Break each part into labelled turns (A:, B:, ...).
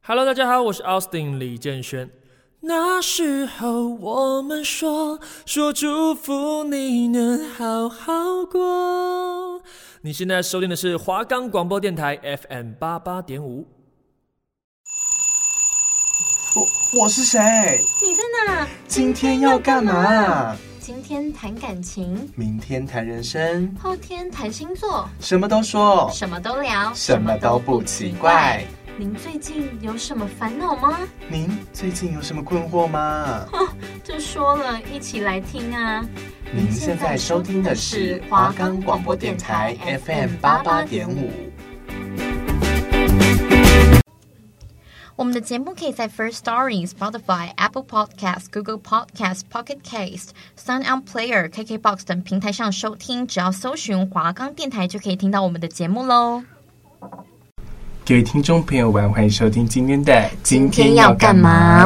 A: Hello，大家好，我是 Austin 李建轩。那时候我们说说祝福你能好好过。你现在收听的是华冈广播电台 FM 八八点五。
B: 我我是谁？
C: 你在哪？
B: 今天要干嘛？
C: 今天谈感情，
B: 明天谈人生，
C: 后天谈星座，
B: 什么都说，
C: 什么都聊，
B: 什么都不奇怪。。
C: 您最近有什么烦恼吗？
B: 您最近有什么困惑 吗？
C: 就说了一起来听啊！
B: 您现在收听的是华冈广播电台 FM 八八点。五。
C: 我们的节目可以在 First Story、Spotify、Apple Podcast、Google Podcast、Pocket Cast、Sound On Player、KKBox 等平台上收听，只要搜寻华冈电台就可以听到我们的节目喽。
B: 各位听众朋友们，欢迎收听今天的？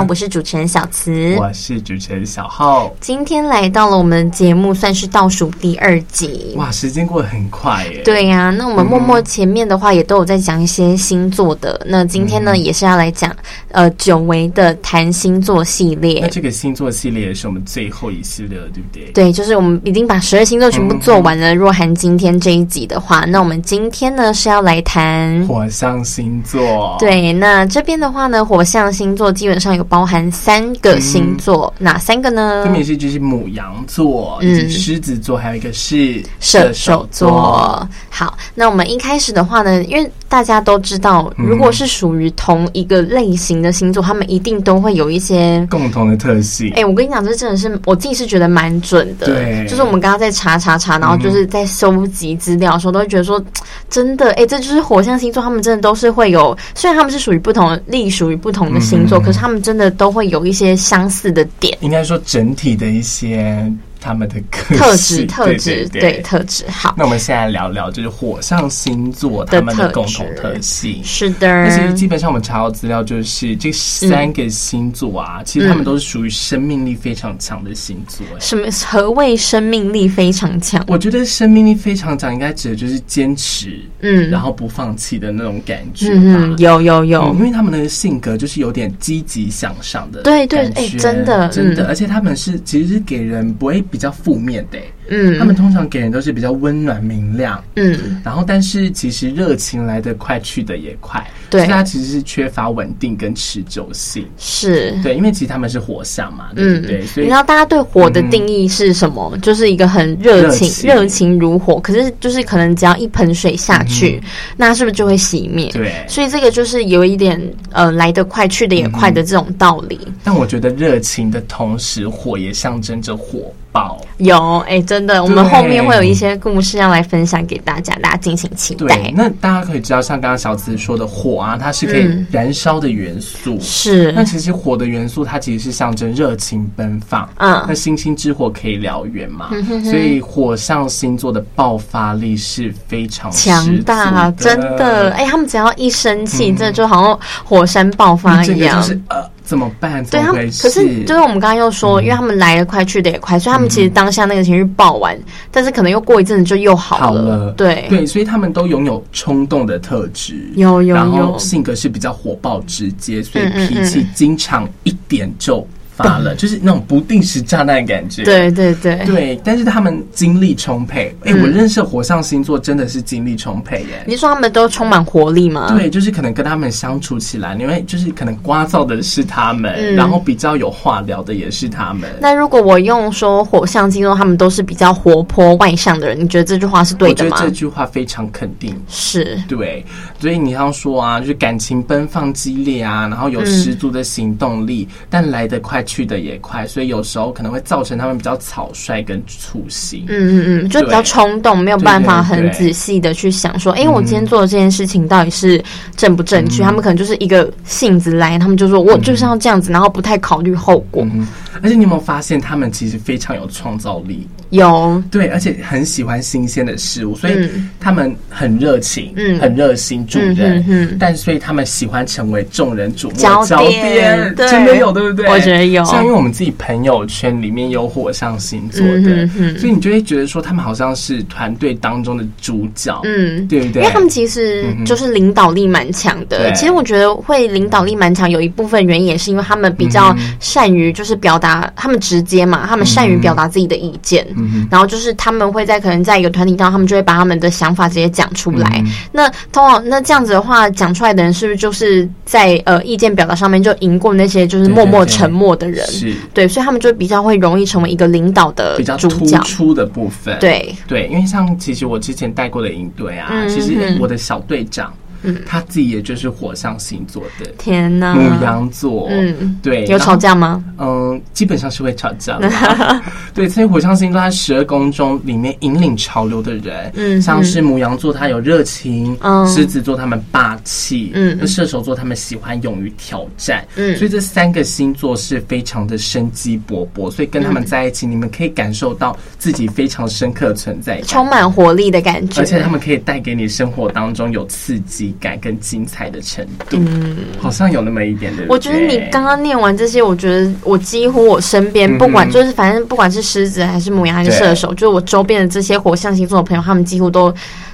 C: 我是主持人小慈，
B: 我是主持人小浩。
C: 今天来到了我们节目算是倒数第二集。
B: 哇，时间过得很快耶！
C: 对呀、那我们默默前面的话也都有在讲一些星座的，那今天
B: 嗯
C: 呢也是要来讲呃久违的谈星座系
B: 那
C: 列。
B: 这个星座系列也是我们最后一系列了，对不对？
C: 对，就是我们已经把十二星座全部做完
B: 嗯
C: 了。若含今天这一集的话，那我们今天呢是要来谈。
B: 火象星座，，
C: 对，那这边的话呢，火象星座基本上有包含三个星座，哪三个
B: 嗯
C: 呢？
B: 分别是就是母羊座、以及狮子座，还有一个是
C: 嗯射手座。好，那我们一开始的话呢，因为大家都知道，
B: 嗯
C: 如果是属于同一个类型的星座，他们一定都会有一些。
B: 共同的特性。
C: 哎、我跟你讲，这真的是我自己是觉得蛮准的。
B: 对
C: 就是我们刚刚在查查查，然后就是在搜集资料的时候，都会觉得说，真的，哎、这就是火象星座，他们真的都是会有，虽然他们是属于不同，隶属于不同的星座，
B: 嗯
C: 可是他们真的都会有一些相似的点。
B: 应该说整体的一些他们的个性
C: 特质，特质，
B: 对对对
C: 特质，好，
B: 那我们现在聊聊就是火象星座他们的共同特性。
C: 是的。嗯
B: 那其实基本上我们查到资料，就是这三个星座
C: 嗯
B: 啊，其实他们都是属于生命力非常强的星座、哎
C: 什么？何谓生命力非常强？
B: 我觉得生命力非常强，应该指的就是坚持，
C: 嗯
B: 然后不放弃的那种感觉吧。
C: 嗯嗯，有有有，
B: 嗯因为他们的性格就是有点积极向上的
C: 对对
B: 感觉
C: 哎真的
B: 真的，
C: 嗯
B: 而且他们是其实是给人不会比较负面的、哎他
C: 嗯
B: 们通常给人都是比较温暖明亮，
C: 嗯，
B: 然后但是其实热情来得快，去得也快，
C: 对
B: 所以它其实是缺乏稳定跟持久性。
C: 是。
B: 对，因为其实他们是火象嘛，对
C: 嗯
B: 不对？，所
C: 你
B: 以
C: 知道大家对火的定义是什么？就是一个很热
B: 嗯热情
C: 情、热情如火，可是就是可能只要一盆水下去，那是不是就会熄灭？
B: 嗯对，
C: 所以这个就是有一点呃来得快去得也快的这种道理。
B: 但我觉得热情的同时，火也象征着火爆。
C: 有哎、真的，我们后面会有一些故事要来分享给大家，大家敬请期
B: 对
C: 待，。
B: 那大家可以知道，像刚刚小紫说的火啊，它是可以
C: 嗯
B: 燃烧的元素。
C: 是
B: 那，其实火的元素，它其实是象征热情奔放。那
C: 嗯，
B: 星星之火可以燎原嘛，所以火象星座的爆发力是非常
C: 强大，啊
B: 十足
C: 真的，哎、他们只要一生气，真的就好像火山爆发
B: 这
C: 一
B: 嗯个
C: 样。
B: 就是呃，怎么办？
C: 对
B: 怎
C: 他
B: 么
C: 们
B: 回，
C: 可是就是我们刚刚又
B: 嗯
C: 说，因为他们来得快，去得也快，所以他们其实当下那个情绪爆完，但是可能又过一阵子就又好
B: 嗯好了，
C: 对，
B: 对，所以他们都拥有冲动的特质，
C: 有有
B: 然后
C: 有
B: 性格是比较火爆直接，所以
C: 嗯嗯
B: 脾气经常一点就发 了，就是那种不定时炸弹的感觉，
C: 对对对。
B: 对，但是他们精力充沛，哎、我认识的火象星座真的是精力充沛耶，
C: 嗯你说他们都充满活力吗？
B: 对，就是可能跟他们相处起来，因为就是可能聒噪的是他们，
C: 嗯
B: 然后比较有话聊的也是他们。
C: 那如果我用说火象星座，他们都是比较活泼外向的人，你觉得这句话是对
B: 我
C: 的
B: 觉得
C: 吗
B: 这？句话非常肯定。
C: 是，
B: 对，所以你要说啊，就是感情奔放激烈啊，然后有十足的行动力，
C: 嗯
B: 但来得快去得也快，所以有时候可能会造成他们比较草率跟粗心。
C: 嗯嗯嗯，就比较
B: 对
C: 冲动，没有
B: 对
C: 办法
B: 对嗯
C: 很
B: 对
C: 仔细的去想说，哎、我今天做的这件事情到底是正不正
B: 嗯
C: 确？他们可能就是一个性子来，他们就说我就是
B: 嗯
C: 要这样子，然后不太考虑后果。
B: 嗯，而且你有没有发现他们其实非常有创造力？
C: 有，
B: 对，而且很喜欢新鲜的事物，所以
C: 嗯
B: 他们很热情，
C: 嗯
B: 很热心助人，
C: 嗯嗯嗯
B: 但所以他们喜欢成为众人瞩目
C: 焦
B: 的焦
C: 点
B: 点，
C: 对
B: 真的有对不对？
C: 我觉得有
B: 像因为我们自己朋友圈里面有火象星座的，
C: 嗯哼哼
B: 所以你就会觉得说他们好像是团队当中的主角，
C: 嗯。
B: 对不对？嗯
C: 因为他们其实就是领导力蛮强的，
B: 对
C: 其实我觉得会领导力蛮强，有一部分原因也是因为他们比
B: 嗯
C: 较善于就是表达，他们直接嘛，他们善于表达自己的意见，
B: 嗯
C: 然后就是他们会在可能在一个团体当中，他们就会把他们的想法直接讲出来。
B: 嗯
C: 那通常那这样子的话，讲出来的人是不是就是在呃意见表达上面就赢过那些就是
B: 对对
C: 默默
B: 对
C: 沉默的人？
B: 是
C: 对，所以他们就比较会容易成为一个领导的
B: 比较
C: 主
B: 突
C: 角。
B: 出的部分，。
C: 对，
B: 对，因为像其实我之前带过的营队啊，
C: 嗯
B: 其实
C: 嗯
B: 我的小队长，他自己也就是火象星座的
C: 天哪！
B: 母羊座，
C: 嗯
B: 对，
C: 有
B: 然后
C: 吵，架吗？
B: 嗯，基本上是会吵架 啦，对，所以火象星座它十二宫中里面引领潮流的人，
C: 嗯
B: 像是母羊座他有热情，
C: 嗯
B: 狮子座他们霸气，
C: 嗯
B: 那射手座他们喜欢勇于挑战，
C: 嗯
B: 所以这三个星座是非常的生机勃勃，所以跟他们在一起，你们可以感受到自己非常深刻的存在感。
C: 充满活力的感觉。
B: 而且他们可以带给你生活当中有刺激感跟精彩的程度，好像有那么一点的。
C: 嗯我觉得你刚刚念完这些，我觉得我几乎我身边，
B: 嗯哼
C: 不管就是反正不管是狮子还是母羊还是射手，就是我周边的这些火象星座的朋友，他们几乎都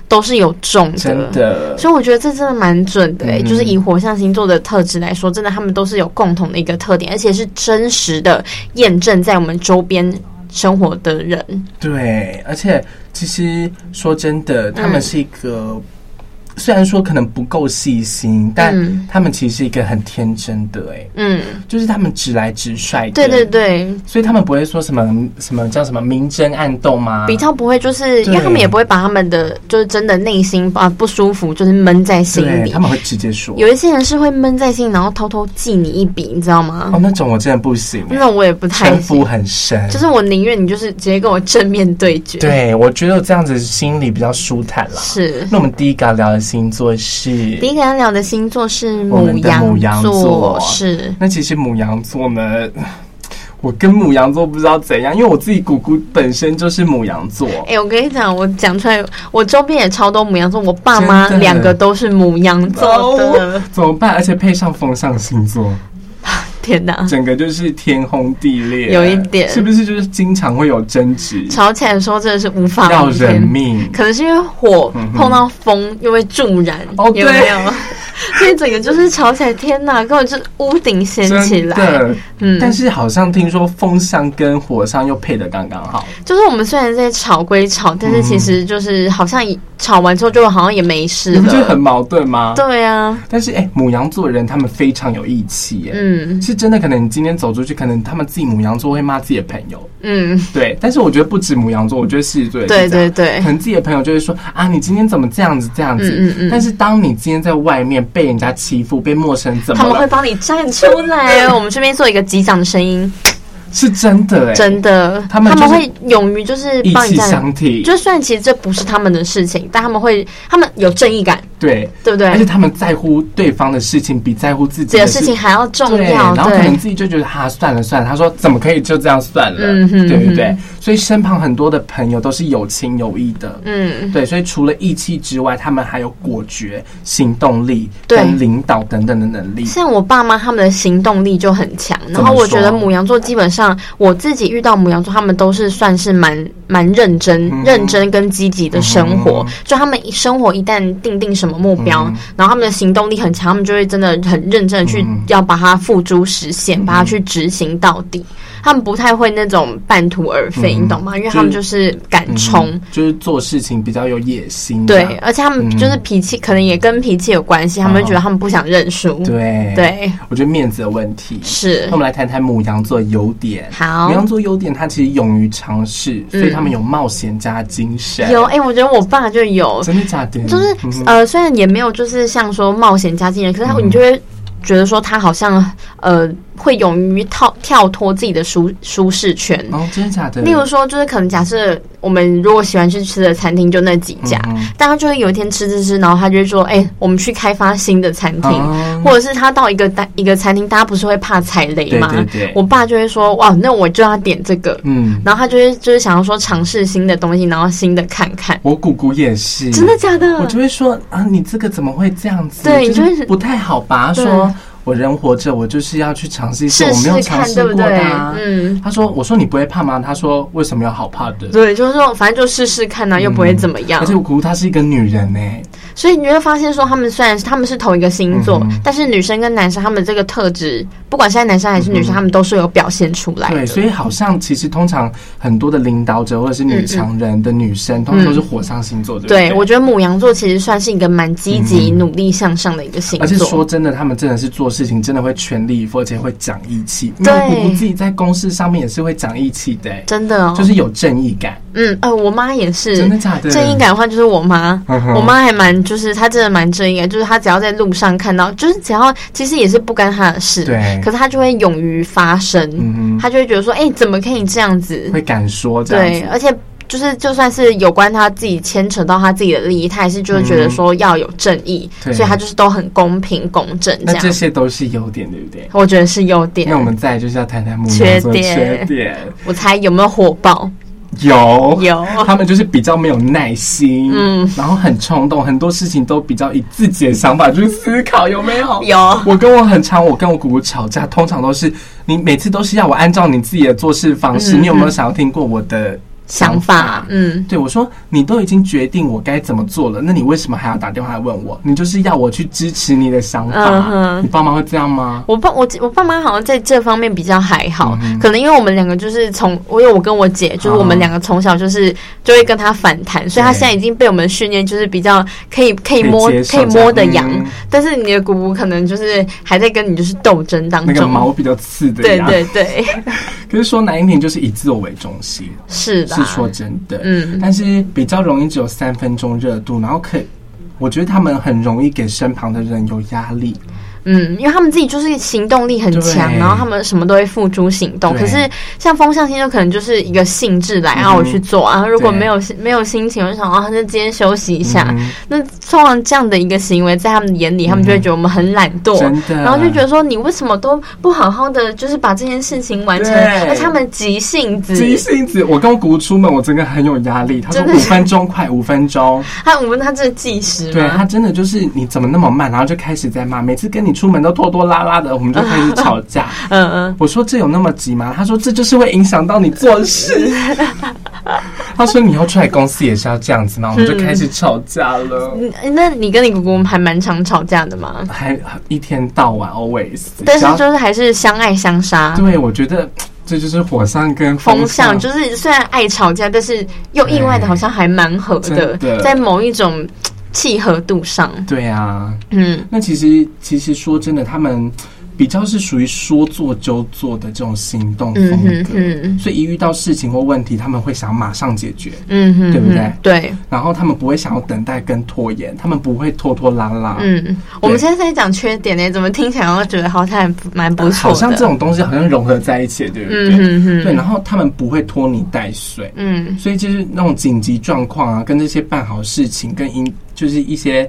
C: 都是有中的。
B: 真的，
C: 所以我觉得这真的蛮准的、欸，
B: 嗯
C: 就是以火象星座的特质来说，真的他们都是有共同的一个特点，而且是真实的验证在我们周边生活的人。
B: 对，而且其实说真的，他们是一个、嗯虽然说可能不够细心，但
C: 嗯
B: 他们其实是一个很天真的、欸，
C: 嗯，
B: 就是他们直来直率的，
C: 对对对，
B: 所以他们不会说什么什么叫什么明争暗斗吗？
C: 比较不会，就是因为
B: 啊对
C: 他们也不会把他们的就是真的内心啊不舒服，就是闷在心
B: 对，
C: 里
B: 他。们会直接说。
C: 有一些人是会闷在心，然后偷偷记你一笔，你知道吗
B: 哦，？那种我真的不行、
C: 那
B: 欸，
C: 种我也不太
B: 城府
C: 行，
B: 很深。
C: 就是我宁愿你就是直接跟我正面对决。，
B: 对，我觉得这样子心里比较舒坦啦。
C: 是。
B: 那我们第一个要聊的星座是
C: 第一个要聊的星座是
B: 我们的
C: 羊
B: 母羊座
C: 是
B: 那其实母羊座呢，我跟母羊座不知道怎样，因为我自己姑姑本身就是母羊座。
C: 哎、我跟你讲，我讲出来，我周边也超多母羊座，我爸妈
B: 真的
C: 两个都是母羊座的，
B: 哦怎么办？而且配上风象星座，
C: 天哪！
B: 整个就是天轰地裂，
C: 有一点
B: 是不是就是经常会有争执，
C: 吵起来的时候真的是无法
B: 要
C: 无天
B: 人命？
C: 可能是因为火碰到风又会助燃，
B: 嗯哦
C: 有没 有？所以整个就是吵起来，天哪，根本就是屋顶掀起
B: 真
C: 来。
B: 的，
C: 嗯
B: 但是好像听说风象跟火象又配的刚刚好，
C: 就是我们虽然在吵归吵，但是其实就是好像一吵完之后就好像也没事
B: 你不觉得很
C: 了。
B: 矛盾吗？
C: 对啊，
B: 但是哎、母羊座的人他们非常有义气耶，
C: 嗯
B: 是真的。可能你今天走出去，可能他们自己母羊座会骂自己的朋友，
C: 嗯，
B: 对，但是我觉得不止母羊座，我觉得狮子座也是
C: 对
B: 这样
C: 对对
B: 可，能自己的朋友就会说啊，你今天怎么这样子这样子？
C: 嗯嗯嗯
B: 但是当你今天在外面被人家欺负、被陌生人怎
C: 他
B: 么
C: 们会
B: 了？
C: 帮你站出来。哦 我们这边做一个击掌的声音，
B: 是真的哎、
C: 真的，
B: 他们
C: 他
B: 就是
C: 们会勇于就是
B: 意
C: 帮你
B: 气
C: 站。
B: 相挺，
C: 就算其实这不是他们的事情，但他们会，他们有正义感，
B: 对，
C: 对不对？
B: 而且他们在乎对方的事情比在乎自己
C: 这
B: 的
C: 个事情还要重
B: 对，
C: 要，
B: 然后可能
C: 对，
B: 自己就觉得哈、算了算了，他说怎么可以就这样算了，
C: 嗯哼
B: 对不
C: 哼
B: 对？所以身旁很多的朋友都是有情有义的，
C: 嗯，
B: 对，所以除了义气之外，他们还有果决、行动力、
C: 对
B: 跟领导等等的能力。
C: 像我爸妈他们的行动力就很强，
B: 怎
C: 然
B: 么
C: 后我觉得
B: 说
C: 母羊座基本上我自己遇到母羊座，他们都是算是蛮蛮认真、
B: 嗯
C: 认真跟积极的生活。就他们一生活一旦定定什么目标，
B: 嗯
C: 然后他们的行动力很强，他们就会真的很认真的去
B: 嗯
C: 要把它付诸实现，把它去执行到底。他们不太会那种半途而废，你懂吗？因为他们就是敢冲。
B: 嗯就是做事情比较有野心啊这
C: 对
B: 样，，
C: 而且他们就是脾气，可能也跟脾气有关系，他们会觉得他们不想认输。
B: 哦对
C: 对，
B: 我觉得面子的问题。
C: 是
B: 那我们来谈谈母羊座的优点。
C: 好嗯
B: 母羊座优点，他其实勇于尝试，所以他们有冒险家精神。
C: 有哎、我觉得我爸就有，
B: 真的假的？
C: 就是、
B: 嗯哼嗯
C: 呃，虽然也没有就是像说冒险家精人，可是他你就会觉得说他好像呃会勇于跳跳脱自己的舒舒适圈。
B: 哦，真的假的？
C: 呃例如说，就是可能假设我们如果喜欢去吃的餐厅就那几家，
B: 嗯哼
C: 但他就会有一天吃吃吃，然后他就会说：“哎、我们去开发新的餐厅。
B: 哦
C: 或者是他到一个单一个餐厅，大家不是会怕踩雷吗？
B: 对对对
C: 我爸就会说：“哇，那我就要点这个。
B: 嗯，
C: 然后他就会就是想要说尝试新的东西，然后新的看看，
B: 我姑姑也是，
C: 真的假的？
B: 嗯我就会说啊，你这个怎么会这样子？
C: 对
B: 就
C: 就是
B: 是不太好吧？
C: 对
B: 说我人活着，我就是要去尝试一些
C: 试
B: 我没有
C: 试
B: 尝
C: 看，
B: 试
C: 对
B: 过
C: 不对
B: 的、啊？。
C: 嗯，
B: 他说：“我说你不会怕吗？”他说：“为什么有好怕的
C: 对，就是说反正就试试看呢、啊又不会怎么？”样
B: 嗯而。且我姑姑她是一个女人呢、
C: 所以你会发现说，他们虽然是他们是同一个星座，
B: 嗯
C: 但是女生跟男生他们这个特质，不管现在男生还是女生，他们都是有表现出来
B: 嗯对，
C: 的。
B: 所以好像其实通常很多的领导者或者是女强人的女生，通常都是火象星座，对不对？
C: 嗯
B: 嗯
C: 对，我觉得母羊座其实算是一个蛮积极、努力向上的一个星
B: 而且说
C: 座。
B: 真的，他们真的是做事情真的会全力以赴，而且会讲义气。因
C: 对
B: 为我姑姑自己在公事上面也是会讲义气的、欸，
C: 真的哦，
B: 就是有正义感。
C: 嗯呃，我妈也是，
B: 真的假的
C: 正义感的话就是我妈，
B: 嗯哼
C: 我妈还蛮就是她真的蛮正义感，就是她只要在路上看到，就是只要其实也是不干她的事，
B: 对
C: 可是她就会勇于发声，
B: 嗯
C: 她就会觉得说，哎、怎么可以这样子？
B: 会敢说这
C: 对，
B: 样子。
C: 而且就是就算是有关他自己牵扯到他自己的利益，他也是就是觉得说要有正义，
B: 对
C: 所以他就是都很公平公正这
B: 那这
C: 样。
B: 些都是优点，对不对？
C: 我觉得是优点
B: 那。我们再来就是要谈谈母羊座的
C: 缺
B: 缺
C: 点
B: 点，
C: 我猜有没有火爆？
B: 有
C: 有
B: 他们就是比较没有耐心，
C: 嗯
B: 嗯，然后很冲动，很多事情都比较以自己的想法去思考，有没有？
C: 有。
B: 我跟我很常，我跟我姑姑吵架，通常都是你每次都是要我按照你自己的做事方式，
C: 嗯
B: 你有没有想要听过我的
C: 想法，嗯，
B: 对我说，你都已经决定我该怎么做了，那你为什么还要打电话来问我？你就是要我去支持你的想法。
C: 嗯哼
B: 你爸妈会这样吗？
C: 我爸我我爸妈好像在这方面比较还好，
B: 嗯
C: 可能因为我们两个就是从我有我跟我姐，就是我们两个从小就是就会跟她反弹，所以她现在已经被我们训练，就是比较可以可以摸
B: 可以接受
C: 可以摸的
B: 这样
C: 羊，
B: 嗯
C: 但是你的姑姑可能就是还在跟你就是斗争当
B: 那
C: 中，
B: 个啊毛比较刺的
C: 对
B: 呀。
C: 对 对，
B: 可是说难听点，就是以自我为中心，
C: 是的啊，
B: 是说真的。
C: 嗯
B: 但是比较容易只有三分钟热度，然后可以，我觉得他们很容易给身旁的人有压力。
C: 嗯，因为他们自己就是行动力很强，
B: 对
C: 然后他们什么都会付诸行动。
B: 对嗯
C: 可是像风象星座，可能就是一个兴致来啊，我去做啊。如果
B: 对
C: 没有没有心情，我就想啊，那今天休息一下。
B: 嗯哼
C: 那通常这样的一个行为，在他们的眼里，他们就会觉得我们很懒惰，
B: 真的
C: 然后就觉得说你为什么都不好好的，就是把这件事情完成，
B: 对
C: 而且他们急性子，
B: 急性子，我跟我姑姑出门，我真的很有压力。他说
C: 真的
B: 五
C: 是
B: 分钟，快五分钟。
C: 他我们他这计时嘛，
B: 对他真的就是你怎么那么慢，然后就开始在骂，每次跟你出门都拖拖拉拉的，我们就开始吵 架。
C: 嗯嗯，
B: 我说这有那么急吗？他说这就是会影响到你做事。他说你要出来公司也是要这样子吗？我们就
C: 嗯
B: 开始吵架了，
C: 你嗯那你跟你姑姑还蛮常吵架的嘛？
B: 还一天到晚 always。
C: 但是
B: 只要
C: 就是还是相爱相杀。
B: 对，我觉得这就是火象跟
C: 啊风
B: 象，
C: 向就是虽然爱吵架，但是又意外的好像还蛮合的，
B: 对真的
C: 在某一种嘖契合度上，
B: 对啊。
C: 嗯，
B: 那其实其实说真的，他们比较是属于说做就做的这种行动风
C: 嗯哼
B: 格，
C: 嗯
B: 所以一遇到事情或问题，他们会想马上解决，
C: 嗯哼，
B: 对不对
C: 嗯对，
B: 然后他们不会想要等待跟拖延，他们不会拖拖拉拉。
C: 嗯，我们现在在讲缺点呢，怎么听起来好像觉得好像还蛮不错
B: 好
C: 的，
B: 像这种东西好像融合在一起，对不对？
C: 嗯哼
B: 对，然后他们不会拖泥带水，
C: 嗯
B: 所以就是那种紧急状况啊，跟这些办好事情，跟应就是一些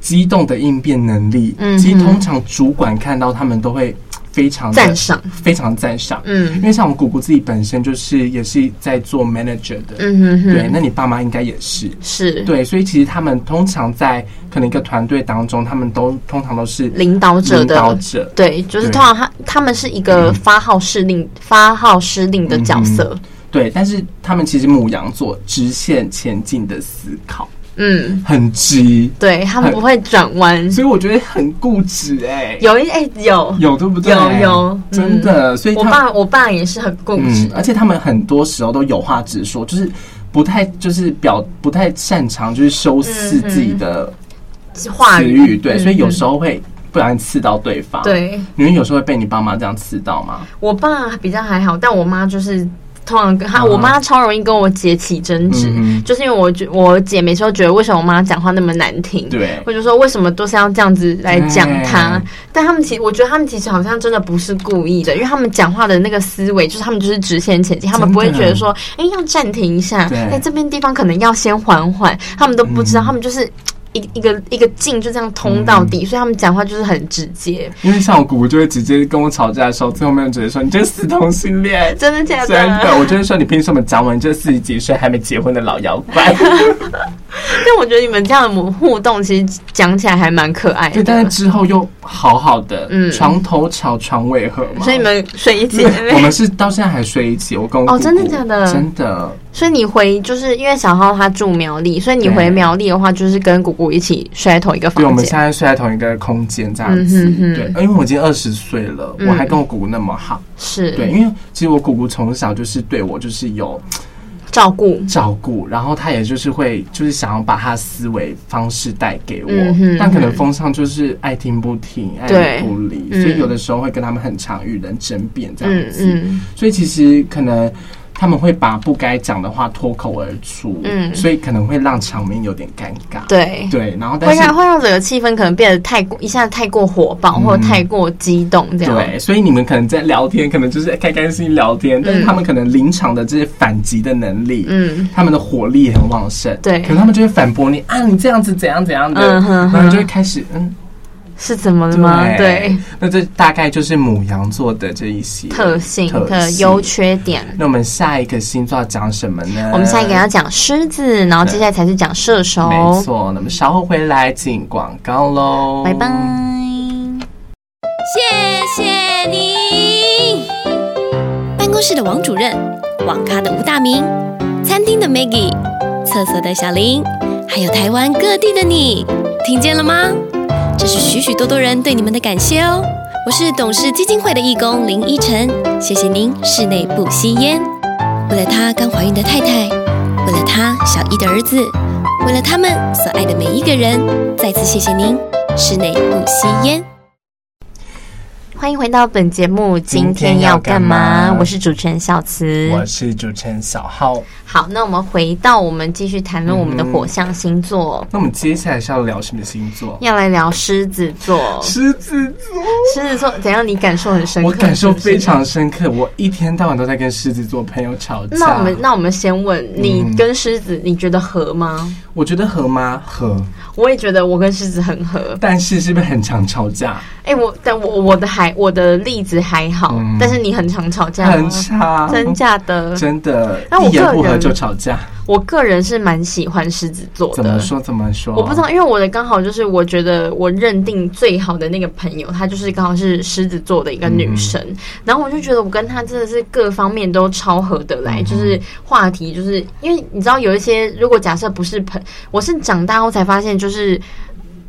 B: 激动的应变能力，
C: 嗯
B: 其实通常主管看到他们都会非常地
C: 赞赏，
B: 非常赞赏。因
C: 嗯
B: 为像我姑姑自己本身就是也是在做 manager 的，
C: 嗯哼哼，
B: 对，那你爸妈应该也是，
C: 是
B: 对，所以其实他们通常在可能一个团队当中，他们都通常都是
C: 领导者
B: 领
C: 的
B: 导者，
C: 对，就是
B: 对嗯
C: 通常他他们是一个发号施令、发号施令的角色，
B: 对，但是他们其实母羊座直线前进的思考，
C: 嗯，
B: 很直，
C: 对他们
B: 很
C: 不会转弯，
B: 所以我觉得很固执哎、
C: 有一哎、有
B: 有对不对？
C: 有有
B: 真的，所以
C: 我
B: 他们
C: 爸我爸也是很固执
B: 嗯，，而且他们很多时候都有话直说，就是不太就是表不太擅长就是修饰自己的
C: 嗯
B: 嗯
C: 话
B: 词
C: 语嗯
B: 语，对，所以有时候会不小心刺到对方，
C: 对
B: 你们有时候会被你爸妈这样刺到吗？
C: 我爸比较还好，但我妈就是通常跟她，我妈超容易跟我姐起争执，
B: 啊嗯
C: 就是因为我觉我姐每次都觉得为什么我妈讲话那么难听，
B: 对嗯
C: 或者说为什么都是要这样子来讲她
B: 对，
C: 但他们其实我觉得他们其实好像真的不是故意的，因为他们讲话的那个思维就是他们就是直线前进，他们不会觉得说，哎、要暂停一下，哎
B: 对嗯
C: 在这边地方可能要先缓缓，他们都不知道，他们就是。一一个一个劲就这样通到底，所以他们讲话就是很直接，
B: 因为像我姑姑就会直接跟我吵架的时候，最后面直接说你这死同性恋。
C: 真的假的？
B: 真的，我就会说你凭什么讲我？你这四十几岁还没结婚的老妖怪。
C: 但我觉得你们这样的母互动，其实讲起来还蛮可爱
B: 对，但
C: 的
B: 是。之后又好好的，
C: 嗯
B: 床头吵，床尾和嘛。
C: 所以你们睡一起， 哎
B: 我们是到现在还睡一起，我跟我
C: 哦
B: 姑姑
C: 真的假的
B: 真的，
C: 所以你回就是因为小浩他住苗栗，所以你回
B: 对
C: 苗栗的话，就是跟姑姑一起睡在同一个
B: 对，我
C: 房
B: 们
C: 间。
B: 现在睡在同一个空间这样子。
C: 嗯哼哼嗯
B: 对，因为我已经二十岁了，我还跟我姑姑那么好。
C: 是
B: 对，因为其实我姑姑从小就是对我就是有
C: 照顾，嗯
B: 照顾，然后她也就是会就是想要把她的思维方式带给我，
C: 嗯哼
B: 但可能风尚就是爱听不听，爱
C: 对
B: 理不理，
C: 嗯
B: 所以有的时候会跟他们很常与人争辩这
C: 嗯
B: 样子。
C: 嗯，
B: 所以其实可能他们会把不该讲的话脱口而出，
C: 嗯
B: 所以可能会让场面有点尴尬。
C: 对，
B: 对，然后但
C: 会让
B: 是
C: 会让整个气氛可能变得太过一下子太过火爆，或者太过激动这样。
B: 嗯对，所以你们可能在聊天，可能就是哎开开心心聊天，但是他们可能临场的这些反击的能力，
C: 嗯，
B: 他们的火力很旺盛，
C: 对
B: 可能他们就会反驳你啊，你这样子怎样怎样的，
C: 嗯哼哼
B: 然后你就会开始嗯，
C: 是怎么了吗？对，，
B: 那这大概就是母羊座的这一些
C: 特性
B: 特
C: 的
B: 性
C: 优缺点。
B: 那我们下一个星座要讲什么呢？
C: 我们下一个要讲狮子，然后接下来才是讲射手。
B: 没错，那么稍后回来进广告喽，
C: 拜拜。
D: 谢谢你。办公室的王主任，网咖的吴大明，餐厅的 Maggie，厕所的小林，还有台湾各地的你，听见了吗？这是许许多多人对你们的感谢哦。我是董事基金会的义工林依晨，谢谢您室内不吸烟。为了她刚怀孕的太太，为了她小一的儿子，为了他们所爱的每一个人，再次谢谢您室内不吸烟。
C: 欢迎回到本节目，今
B: 今天
C: 天要干
B: 要干
C: 嘛
B: 嘛？
C: 我是主持人小慈。
B: 我是主持人小浩，
C: 好，那我们回到我们继续谈论我们的火象星座，
B: 那我们接下来是要聊什么星座？
C: 要来聊狮子座。
B: 狮子座，
C: 狮子座怎样？你感受很深刻，
B: 我感受
C: 是不是
B: 非。常深刻，我一天到晚都在跟狮子座朋友吵架。
C: 那我们那我们先问你
B: 嗯
C: 跟狮子，你觉得合吗？
B: 我觉得合吗？合，
C: 我也觉得我跟狮子很合。
B: 但是是不是很常吵架？
C: 哎、我但我我的还我的例子还好，
B: 嗯
C: 但是你很常吵架
B: 很
C: 吗？
B: 常，
C: 真假的？
B: 真的
C: 那，我
B: 一言
C: 个
B: 不合
C: 人
B: 就吵架。
C: 我个人是蛮喜欢狮子座的。
B: 怎么说？怎么说？
C: 我不知道，因为我的刚好就是我觉得我认定最好的那个朋友，她就是刚好是狮子座的一个女生，
B: 嗯
C: 然后我就觉得我跟她真的是各方面都超合得
B: 嗯
C: 来，就是话题，就是因为你知道有一些，如果假设不是朋，我是长大后才发现，就是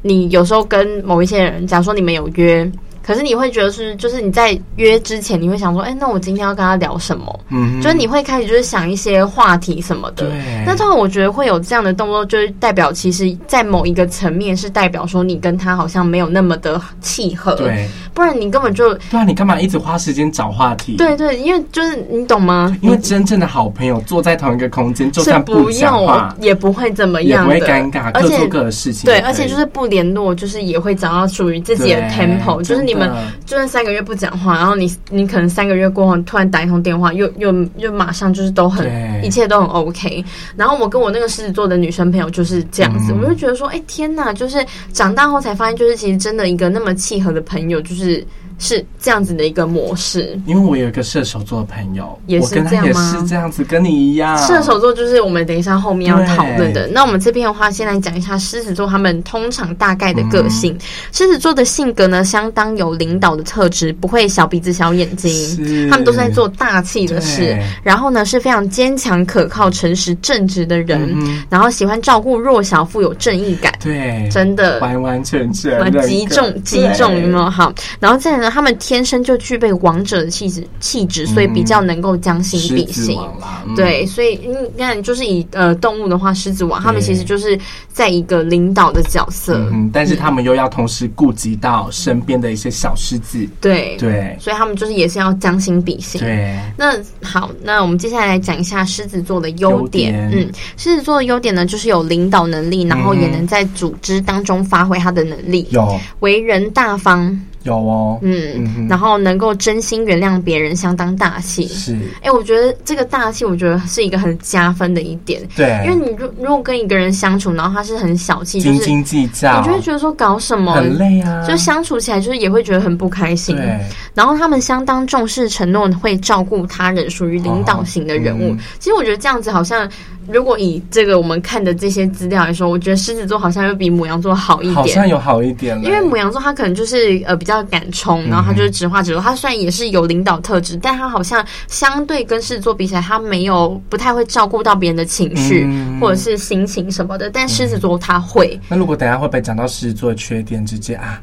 C: 你有时候跟某一些人，假如说你们有约。可是你会觉得是，就是你在约之前，你会想说，哎、那我今天要跟他聊什么？
B: 嗯
C: 就是你会开始就是想一些话题什么的
B: 对。
C: 那通常我觉得会有这样的动作，就是代表其实，在某一个层面是代表说你跟他好像没有那么的契合，
B: 对，
C: 不然你根本就
B: 对啊，你干嘛一直花时间找话题？
C: 对对，因为就是你懂吗？
B: 因为真正的好朋友坐在同一个空间，就算
C: 是不
B: 讲
C: 用
B: 话，
C: 也不会怎么
B: 也
C: 样
B: 不
C: 的，
B: 会尴尬，各
C: 而
B: 做
C: 且
B: 各的事情
C: 对，
B: 也可以。
C: 而且就是不联络，就是也会找到属于自己的
B: 对
C: tempo，就是你们
B: 真的
C: 就算三个月不讲话，然后你你可能三个月过后突然打一通电话，又又又马上就是都很
B: 对
C: 一切都很 OK。然后我跟我那个狮子座的女生朋友就是这样子，
B: 嗯
C: 我就觉得说，哎、天呐，就是长大后才发现，就是其实真的一个那么契合的朋友，就是是这样子的一个模式。
B: 因为我有一个射手座的朋友，
C: 也
B: 我
C: 是
B: 跟他
C: 这样
B: 也
C: 吗
B: 是这样子，跟你一样。
C: 射手座就是我们等一下后面要讨论的。那我们这边的话，先来讲一下狮子座他们通常大概的个
B: 嗯
C: 性。狮、子座的性格呢，相当有领导的特质，不会小鼻子小眼睛
B: 是，
C: 他们都是在做大气的事
B: 对。
C: 然后呢，是非常坚强、可靠、诚实、正直的人，
B: 嗯哼
C: 然后喜欢照顾弱小，富有正义感，
B: 对，
C: 真的。
B: 完完全全
C: 啊
B: 认可
C: 击中击中有没？有好？然后再来呢，呢，他们天生就具备王者的气质气质，所以比较能够将心
B: 嗯狮
C: 比
B: 子
C: 心。
B: 王啦，嗯、
C: 对，所以你看，就是以呃动物的话，狮子王他们
B: 对
C: 其实就是在一个领导的角色，
B: 嗯，但是他们又要同时顾及到身边的一些小狮子，
C: 对，
B: 对
C: 所以他们就是嗯也是要将心比心。
B: 对，
C: 那好，那我们接下来讲一下狮子座的优点。
B: 优点
C: 嗯，狮子座的优点呢，就是有领导能力，然后也能在组织当中发挥他的能力，
B: 有
C: 为人大方，
B: 有哦，
C: 嗯，
B: 嗯哼
C: 然后能够真心原谅别人，相当大气。
B: 是，
C: 哎、我觉得这个大气，我觉得是一个很加分的一点，
B: 对，
C: 因为你如如果跟一个人相处，然后他是很小气，就
B: 斤
C: 是
B: 斤计较，
C: 我就会觉得说搞什么，
B: 很累啊，
C: 就相处起来就是也会觉得很不开心。
B: 对，
C: 然后他们相当重视承诺，会照顾他人，属于领导型的人物。
B: 哦嗯
C: 其实我觉得这样子好像，如果以这个我们看的这些资料来说，我觉得狮子座好像又比母羊座好一
B: 好
C: 点
B: 像。有好一点了，
C: 因为母羊座他可能就是呃比较敢冲，然后他就是直话直说。他虽然也是有领导特质，但他好像相对跟狮子座比起来，他没有不太会照顾到别人的情绪、
B: 嗯
C: 或者是心情什么的。但狮子座他会，
B: 那如果等一下会不会讲到狮子座的缺点，直接啊，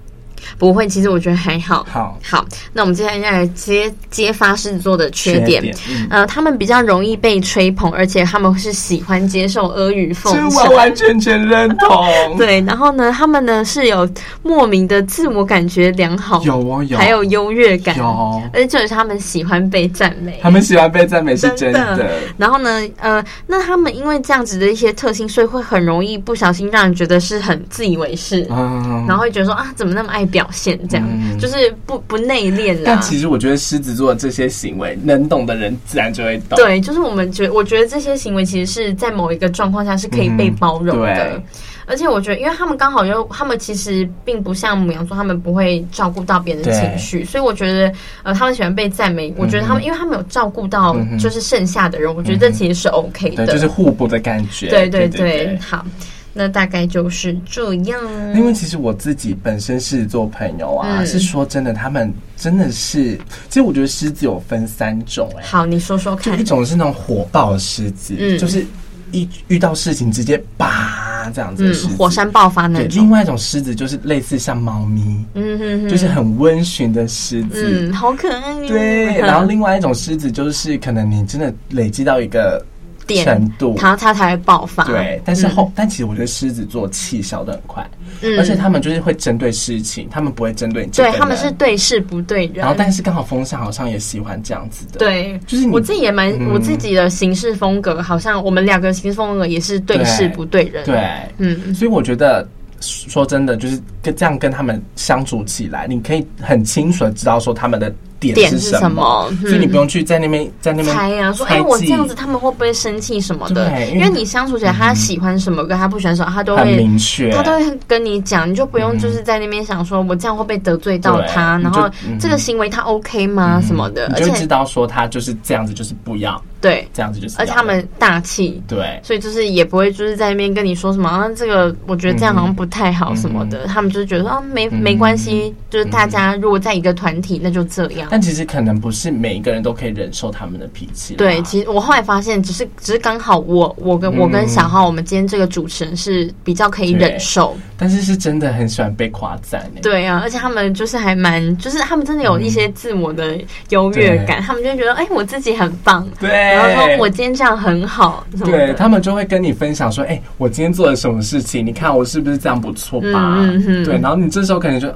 C: 不会？其实我觉得还好。
B: 好，
C: 好，那我们接下来揭揭发狮子座的缺点。
B: 缺点嗯
C: 呃，他们比较容易被吹捧，而且他们是喜欢接受阿谀奉
B: 这
C: 承
B: 完。完全全认同，
C: 对，然后呢，他们呢是有莫名的自我感觉良好，
B: 有哦有，
C: 还有优越感，
B: 有
C: 而且呃就是他们喜欢被赞美
B: 他。们喜欢被赞美是真
C: 真的
B: 的，
C: 然后呢，呃，那他们因为这样子的一些特性，所以会很容易不小心让人觉得是很自以为是，
B: 嗯，
C: 然后会觉得说啊，怎么那么爱表现，这样、
B: 嗯
C: 就是不不内敛啦。
B: 但其实我觉得狮子座这些行为，能懂的人自然就会懂。
C: 对，就是我们觉，我觉得这些行为其实是在某一个状况下是可以被包容的。
B: 嗯对
C: 而且我觉得，因为他们刚好又，他们其实并不像母羊座，他们不会照顾到别人的
B: 对嗯
C: 情绪，所以我觉得，呃，他们喜欢被赞美。我觉得他们，因为他们有照顾到
B: 嗯哼嗯
C: 就是剩下的人，我觉得这其实是 OK 的。
B: 对，就是互补的感觉。
C: 对对
B: 对对
C: 好，那大概就是这样。
B: 因为其实我自己本身狮子座朋友啊，
C: 嗯
B: 是说真的，他们真的是，其实我觉得狮子有分三种、哎，
C: 好，你说说
B: 就
C: 看
B: 一。种是那种火爆的狮子，
C: 嗯
B: 就是一遇到事情直接叭这样子的
C: 嗯
B: 狮子，，
C: 火山爆发那
B: 对，另
C: 种。
B: 外一种狮子就是类似像猫咪，
C: 嗯哼哼，
B: 就是很温驯的狮子，
C: 嗯，好可爱哟。
B: 对，然后另外一种狮子就是可能你真的累积到一个
C: 点
B: 程度，
C: 然后 它才会爆发。
B: 对，但是后、但其实我觉得狮子座气消的很快，
C: 嗯
B: 而且他们就是会针对事情，他们不会针对你这个
C: 对
B: 人，
C: 他们是对事不对人。
B: 然后但是刚好风向好像也喜欢这样子的，
C: 对，
B: 就是你
C: 我自己也蛮、
B: 嗯
C: 我自己的行事风格，好像我们两个行事风格也是对事不对人。
B: 对，
C: 嗯，
B: 所以我觉得。说真的，就是跟这样跟他们相处起来，你可以很清楚的知道说他们的点
C: 点
B: 是
C: 是
B: 什
C: 什么嗯
B: 所以你不用去在那边在那边
C: 猜呀、说哎、
B: 猜
C: 我这
B: 忌
C: 样子他们会不会生气什么的？
B: 对因
C: 因
B: 为
C: 为嗯你相处起来，他喜欢什么跟他不喜欢什么，他都
B: 很
C: 会。
B: 明确，
C: 他都会跟你讲，你就不用嗯就是在那边想说，我这样会不会得罪到
B: 对
C: 他？
B: 你
C: 然
B: 就
C: 后
B: 嗯
C: 这个行为他 OK 吗？什么的？
B: 你
C: 而
B: 就会知
C: 且
B: 道说他就是这样子，就是不要
C: 对，
B: 这样子，就是要
C: 而且他们大气，
B: 对
C: 所以就是也不会就是在那边跟你说什么啊，这个我觉得这样好像不太好什么
B: 嗯
C: 的，他们就是觉得啊没没关系，就是大家如果在一个团
B: 嗯
C: 体那就这样。
B: 但其实可能不是每一个人都可以忍受他们的脾气啦。
C: 对，其实我后来发现，只是只是刚好我我跟我跟小浩，我们今天这个主持人是比较可以忍受，
B: 但是是真的很喜欢被夸赞欸
C: 对啊，而且他们就是还蛮，就是他们真的有一些自我的优越感，他们就觉得哎、我自己很棒，
B: 嗯对，
C: 然后说哦我今天这样很好什么
B: 对
C: 的，
B: 他们就会跟你分享说，哎、我今天做了什么事情？你看我是不是这样不错吧？
C: 嗯嗯嗯
B: 对，然后你这时候可能就嗯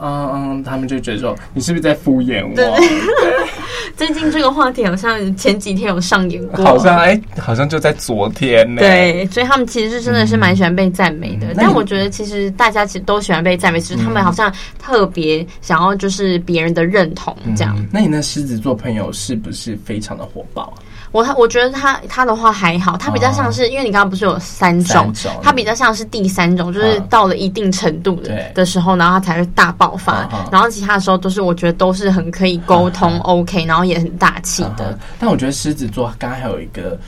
B: 嗯，他们就觉得说你是不是在敷衍我？
C: 最近这个话题好像前几天有上演过，
B: 好像哎、好像就在昨天呢、，
C: 对，所以他们其实是真的是蛮喜欢被赞美的，
B: 嗯那
C: 但
B: 你嗯
C: 我觉得其实大家其实都喜欢被赞美，只是他们好像特别想要就是别人的认同这样。
B: 那你那狮子座朋友是不是非常的火爆啊？
C: 我我觉得他他的话还好，他比较像是、因为你刚刚不是有三种，
B: 三种
C: 他比较像是第三种，就是
B: 嗯
C: 到了一定程度的、
B: 对
C: 的时候，然后他才会大爆发，
B: 嗯嗯
C: 然后其他的时候都是我觉得都是很可以沟通、OK，然后也很大气的。
B: 嗯哼但我觉得狮子座刚刚还有一个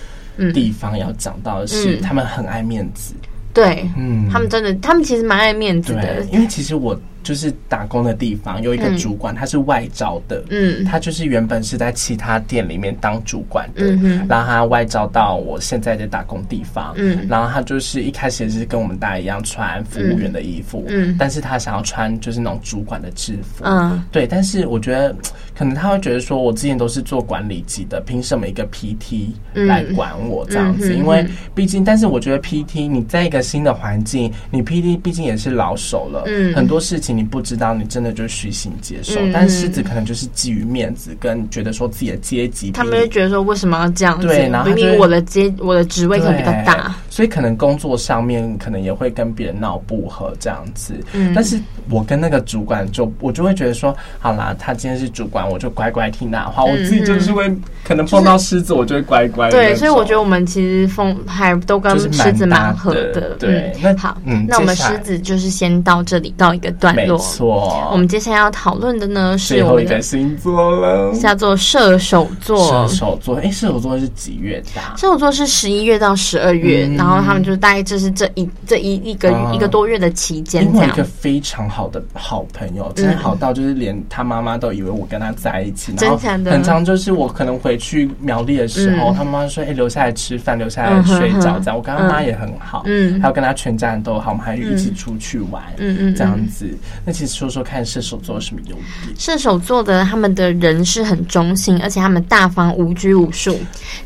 B: 地方要讲到的是，
C: 嗯
B: 他们很爱面子。
C: 对、
B: 嗯
C: 他们真的，他们其实蛮爱面子的
B: 对，，因为其实我就是打工的地方有一个主管，他是外招的，
C: 嗯
B: 他就是原本是在其他店里面当主管的，
C: 嗯哼
B: 然后他外招到我现在的打工地方，
C: 嗯
B: 然后他就是一开始也是跟我们大家一样穿服务员的衣服，
C: 嗯嗯
B: 但是他想要穿就是那种主管的制服，
C: 嗯
B: 对，但是我觉得可能他会觉得说，我之前都是做管理级的，凭什么一个 PT 来管我这样子？
C: 嗯嗯嗯嗯
B: 因为毕竟，但是我觉得 PT 你在一个新的环境，你 PT 毕竟也是老手了，
C: 嗯
B: 很多事情你不知道，你真的就虚心接受。
C: 嗯嗯
B: 但狮子可能就是基于面子跟觉得说自己的阶级，
C: 他们就觉得说为什么要这样子？
B: 对然后他
C: 明
B: 就
C: 明
B: 会
C: 我的阶我的职位可能比较大，
B: 对，所以可能工作上面可能也会跟别人闹不和这样子。
C: 嗯
B: 但是我跟那个主管就我就会觉得说，好啦，他今天是主管，我就乖乖听他的话。我自己就是会可能碰到狮子，我就会乖乖的那种。
C: 对，所以我觉得我们其实风还都跟
B: 就是蛮
C: 狮子蛮合
B: 搭
C: 的
B: 的。对
C: 嗯
B: 那
C: 好，
B: 嗯
C: 那我们
B: 接下来
C: 狮子就是先到这里告一个段
B: 没
C: 落。
B: 错，
C: 我们接下来要讨论的呢
B: 最
C: 是我
B: 后
C: 们
B: 一个
C: 的
B: 星座了，
C: 叫做射手座
B: 射。手座。哎、射手座是几月的啊？
C: 射手座是十一月到十二月，
B: 嗯
C: 然后他们就是大概就是这一这一一个、
B: 啊
C: 一个多月的期间
B: 因
C: 这
B: 为一个
C: 样。
B: 非常好的好朋
C: 嗯
B: 友，真的好到就是连他妈妈都以为我跟他在一起，
C: 真
B: 然后
C: 假的
B: 很常就是我可能回去苗栗的时候，
C: 嗯
B: 他妈妈说：“哎、留下来吃饭，留下来睡
C: 嗯哼
B: 觉。”
C: 哼
B: 这样，我跟他妈也很好，
C: 嗯
B: 还有跟他全家人都好，我们还一起出去玩，
C: 嗯嗯嗯
B: 这样子。那其实说说看，射手座有什么优点？
C: 射手座的他们的人是很忠心，而且他们大方、无拘无束，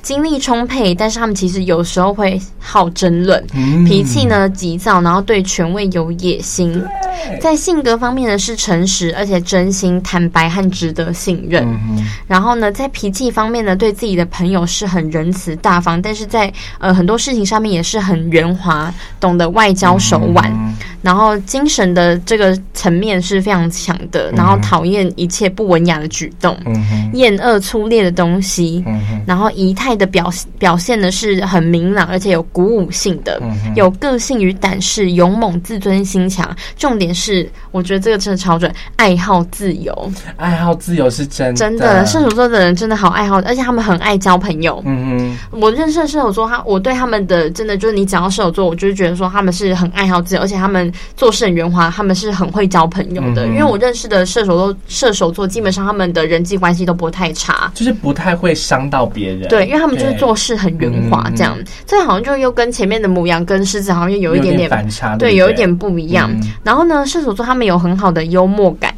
C: 精力充沛，但是他们其实有时候会好争论，
B: 嗯
C: 脾气呢急躁，然后对权位有野心。
B: 哎
C: 在性格方面呢是诚实，而且真心、坦白和值得信任。
B: 嗯哼，
C: 然后呢，在脾气方面呢，对自己的朋友是很仁慈大方，但是在呃很多事情上面也是很圆滑，懂得外交手腕。
B: 嗯
C: 然后精神的这个层面是非常强的，然后讨厌一切不文雅的举动，
B: 嗯哼，
C: 厌恶粗劣的东西。
B: 嗯哼，
C: 然后仪态的表表现呢是很明朗，而且有鼓舞性的，
B: 嗯哼
C: 有个性与胆识，勇猛、自尊心强。重点是，我觉得这个真的超准，爱好自由。
B: 爱好自由是真的，
C: 真的，射手座的人真的好爱好，而且他们很爱交朋友。
B: 嗯
C: 我认识的射手座，他我对他们的真的就是你讲到射手座，我就是觉得说他们是很爱好自由，而且他们做事很圆滑，他们是很会交朋友的。
B: 嗯哼
C: 因为我认识的射手座，射手座基本上他们的人际关系都不会太差。
B: 哼，就是不太会伤到别人，
C: 对，因为他们就是
B: 对嗯
C: 做事很圆滑，这样，这好像就又跟前面的母羊跟狮子好像又有一点点
B: 反差，
C: 对，
B: 不
C: 有一点不一样。
B: 嗯
C: 然后呢，射手座他们有很好的幽默感，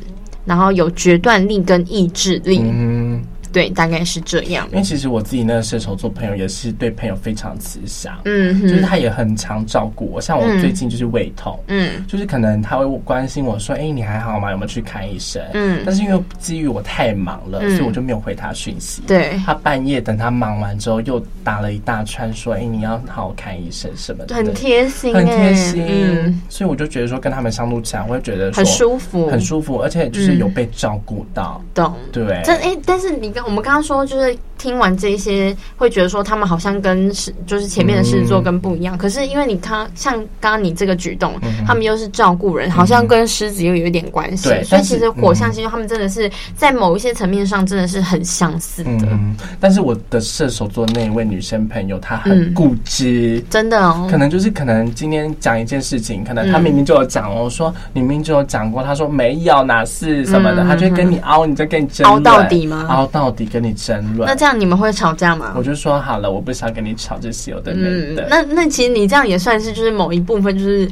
C: 然后有决断力跟意志力，
B: 嗯。
C: 对，大概是这样。
B: 因为其实我自己那个射手座朋友也是对朋友非常慈祥，
C: 嗯
B: 就是
C: 哼，
B: 他也很常照顾我。像我
C: 嗯
B: 最近就是胃痛，
C: 嗯
B: 就是可能他会关心我说：“哎、你还好吗？有没有去看医生？”
C: 嗯，
B: 但是因为基于我太忙了，
C: 嗯
B: 所以我就没有回他讯息。
C: 对。
B: 他半夜等他忙完之后，又打了一大串说：“哎、你要好好看医生什么的。”
C: 很贴心、欸，
B: 很贴心，
C: 嗯，
B: 所以我就觉得说跟他们相处起来，我会觉得说
C: 很舒服，嗯
B: 很舒服，而且就是有被照顾到，
C: 懂。
B: 对，
C: 这哎、但是你刚我们刚刚说，就是听完这一些，会觉得说他们好像跟是就是前面的狮子
B: 嗯
C: 座跟不一样。可是因为你看，像刚刚你这个举动，
B: 嗯
C: 他们又是照顾人，好像跟狮子又有一点关系。
B: 对
C: 所以
B: 但是嗯
C: 其实火象星座他们真的是在某一些层面上真的是很相似的，
B: 嗯，但是我的射手座那一位女生朋友，她
C: 嗯
B: 很固执。
C: 真的哦
B: 可。能就是可能今天讲一件事情，可能她
C: 嗯
B: 明明就有讲哦，我说你明明就有讲过，她说没有哪是什么的，
C: 嗯
B: 她就会跟你凹，你就跟你争论
C: 凹到底吗
B: 凹到底跟你争
C: 那
B: 论
C: 这。样你们会吵架吗
B: 我？就说好了，我不想跟你吵这些有的没
C: 嗯，
B: 的。
C: 那那其实你这样也算是就是某一部分就是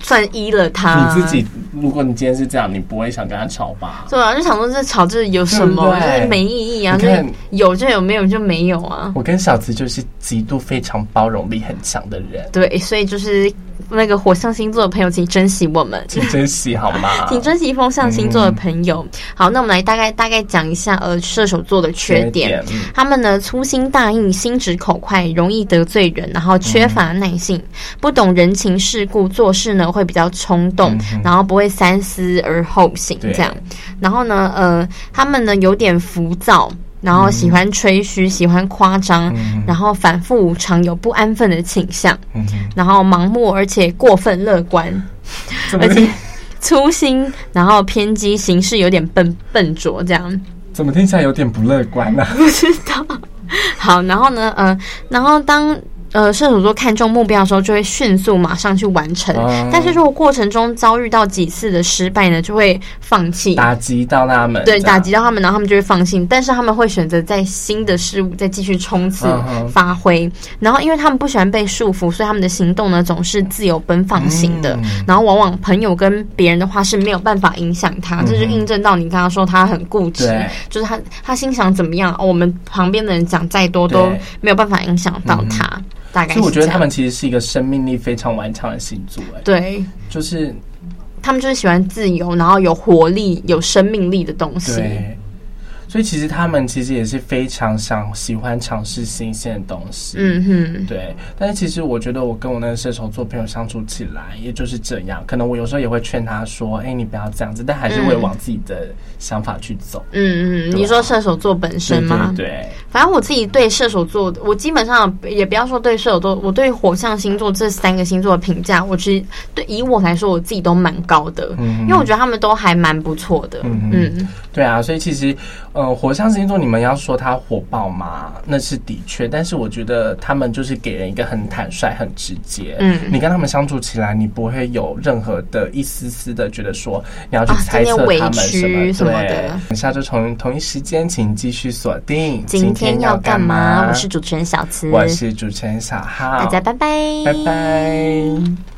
C: 算依了他，
B: 你自己，如果你今天是这样，你不会想跟她吵吧？
C: 对啊，就想说这吵这有什么，
B: 对不对
C: 就是没意义啊，
B: 你
C: 就
B: 看
C: 是有就有，没有就没有啊。
B: 我跟小慈就是极度非常包容力很强的人，
C: 对，所以就是那个火象星座的朋友，请珍惜我们。
B: 请珍惜好嗯吗？
C: 请珍惜风象星座的朋友。好，那我们来大概大概讲一下呃射手座的缺
B: 缺
C: 点。
B: 点嗯
C: 他们呢粗心大意、心直口快，容易得罪人，然后缺乏耐性，
B: 嗯
C: 不懂人情世故，做事呢会比较冲动，然后不会三思而后行
B: 嗯对
C: 这样。然后呢，呃，他们呢有点浮躁。然
B: 嗯
C: 后喜欢吹嘘，喜欢夸张，然后反复无常，有不安分的倾向，
B: 嗯哼，
C: 然后盲目而且过分乐观，
B: 怎么
C: 而且粗心，然后偏激，行事有点笨笨拙这样。
B: 怎么 听起来有点不乐观呢、啊
C: 不知道。好，然后呢，呃，然后当呃射手座看重目标的时候，就会迅速马上去完成。
B: 哦
C: 但是如果过程中遭遇到几次的失败呢，就会放弃。
B: 打击到他们，
C: 对，
B: 这样
C: 打击到他们，然后他们就会放弃，但是他们会选择在新的事物再继续冲刺、
B: 嗯哼
C: 发挥。然后，因为他们不喜欢被束缚，所以他们的行动呢总是自由奔放型的。
B: 嗯
C: 然后，往往朋友跟别人的话是没有办法影响他，这就印证到你刚刚说他很固执
B: 嗯对，
C: 就是他他心想怎么样，哦我们旁边的人讲再多都
B: 对嗯
C: 没有办法影响到他。大概
B: 所以
C: 是
B: 我觉得
C: 这
B: 他
C: 样
B: 们其实是一个生命力非常顽强的星座，哎，
C: 对。
B: 就是
C: 他们就是喜欢自由，然后有活力、有生命力的东西。
B: 对，所以其实他们其实也是非常想喜欢尝试新鲜的东西，
C: 嗯哼，
B: 对，但是其实我觉得我跟我那个射手座朋友相处起来，也就是这样。可能我有时候也会劝他说：“哎、你不要这样子。”但还是会
C: 嗯
B: 往自己的想法去走。
C: 嗯
B: 对
C: 嗯，
B: 啊
C: 你说射手座本身吗？
B: 对对
C: 反正我自己对射手座，我基本上也不要说对射手座，我对火象星座这三个星座的评价，我其实对以我来说，我自己都蛮高的，
B: 嗯
C: 因为我觉得他们都还蛮不错的。
B: 嗯
C: 嗯
B: 对对啊！所以其实，呃，火象星座你们要说他火爆嘛，那是的确。但是我觉得他们就是给人一个很坦率、很直接。
C: 嗯
B: 你跟他们相处起来，你不会有任何的一丝丝的觉得说你要去
C: 啊
B: 猜测
C: 今天委
B: 他们什么,、
C: 屈什么的
B: 对，等下周同同一时间，请继续锁定。
C: 今天要干
B: 我
C: 嘛？我
B: 是啊
C: 是主持人小慈，
B: 我是主持人小浩，
C: 大家拜拜，
B: 拜拜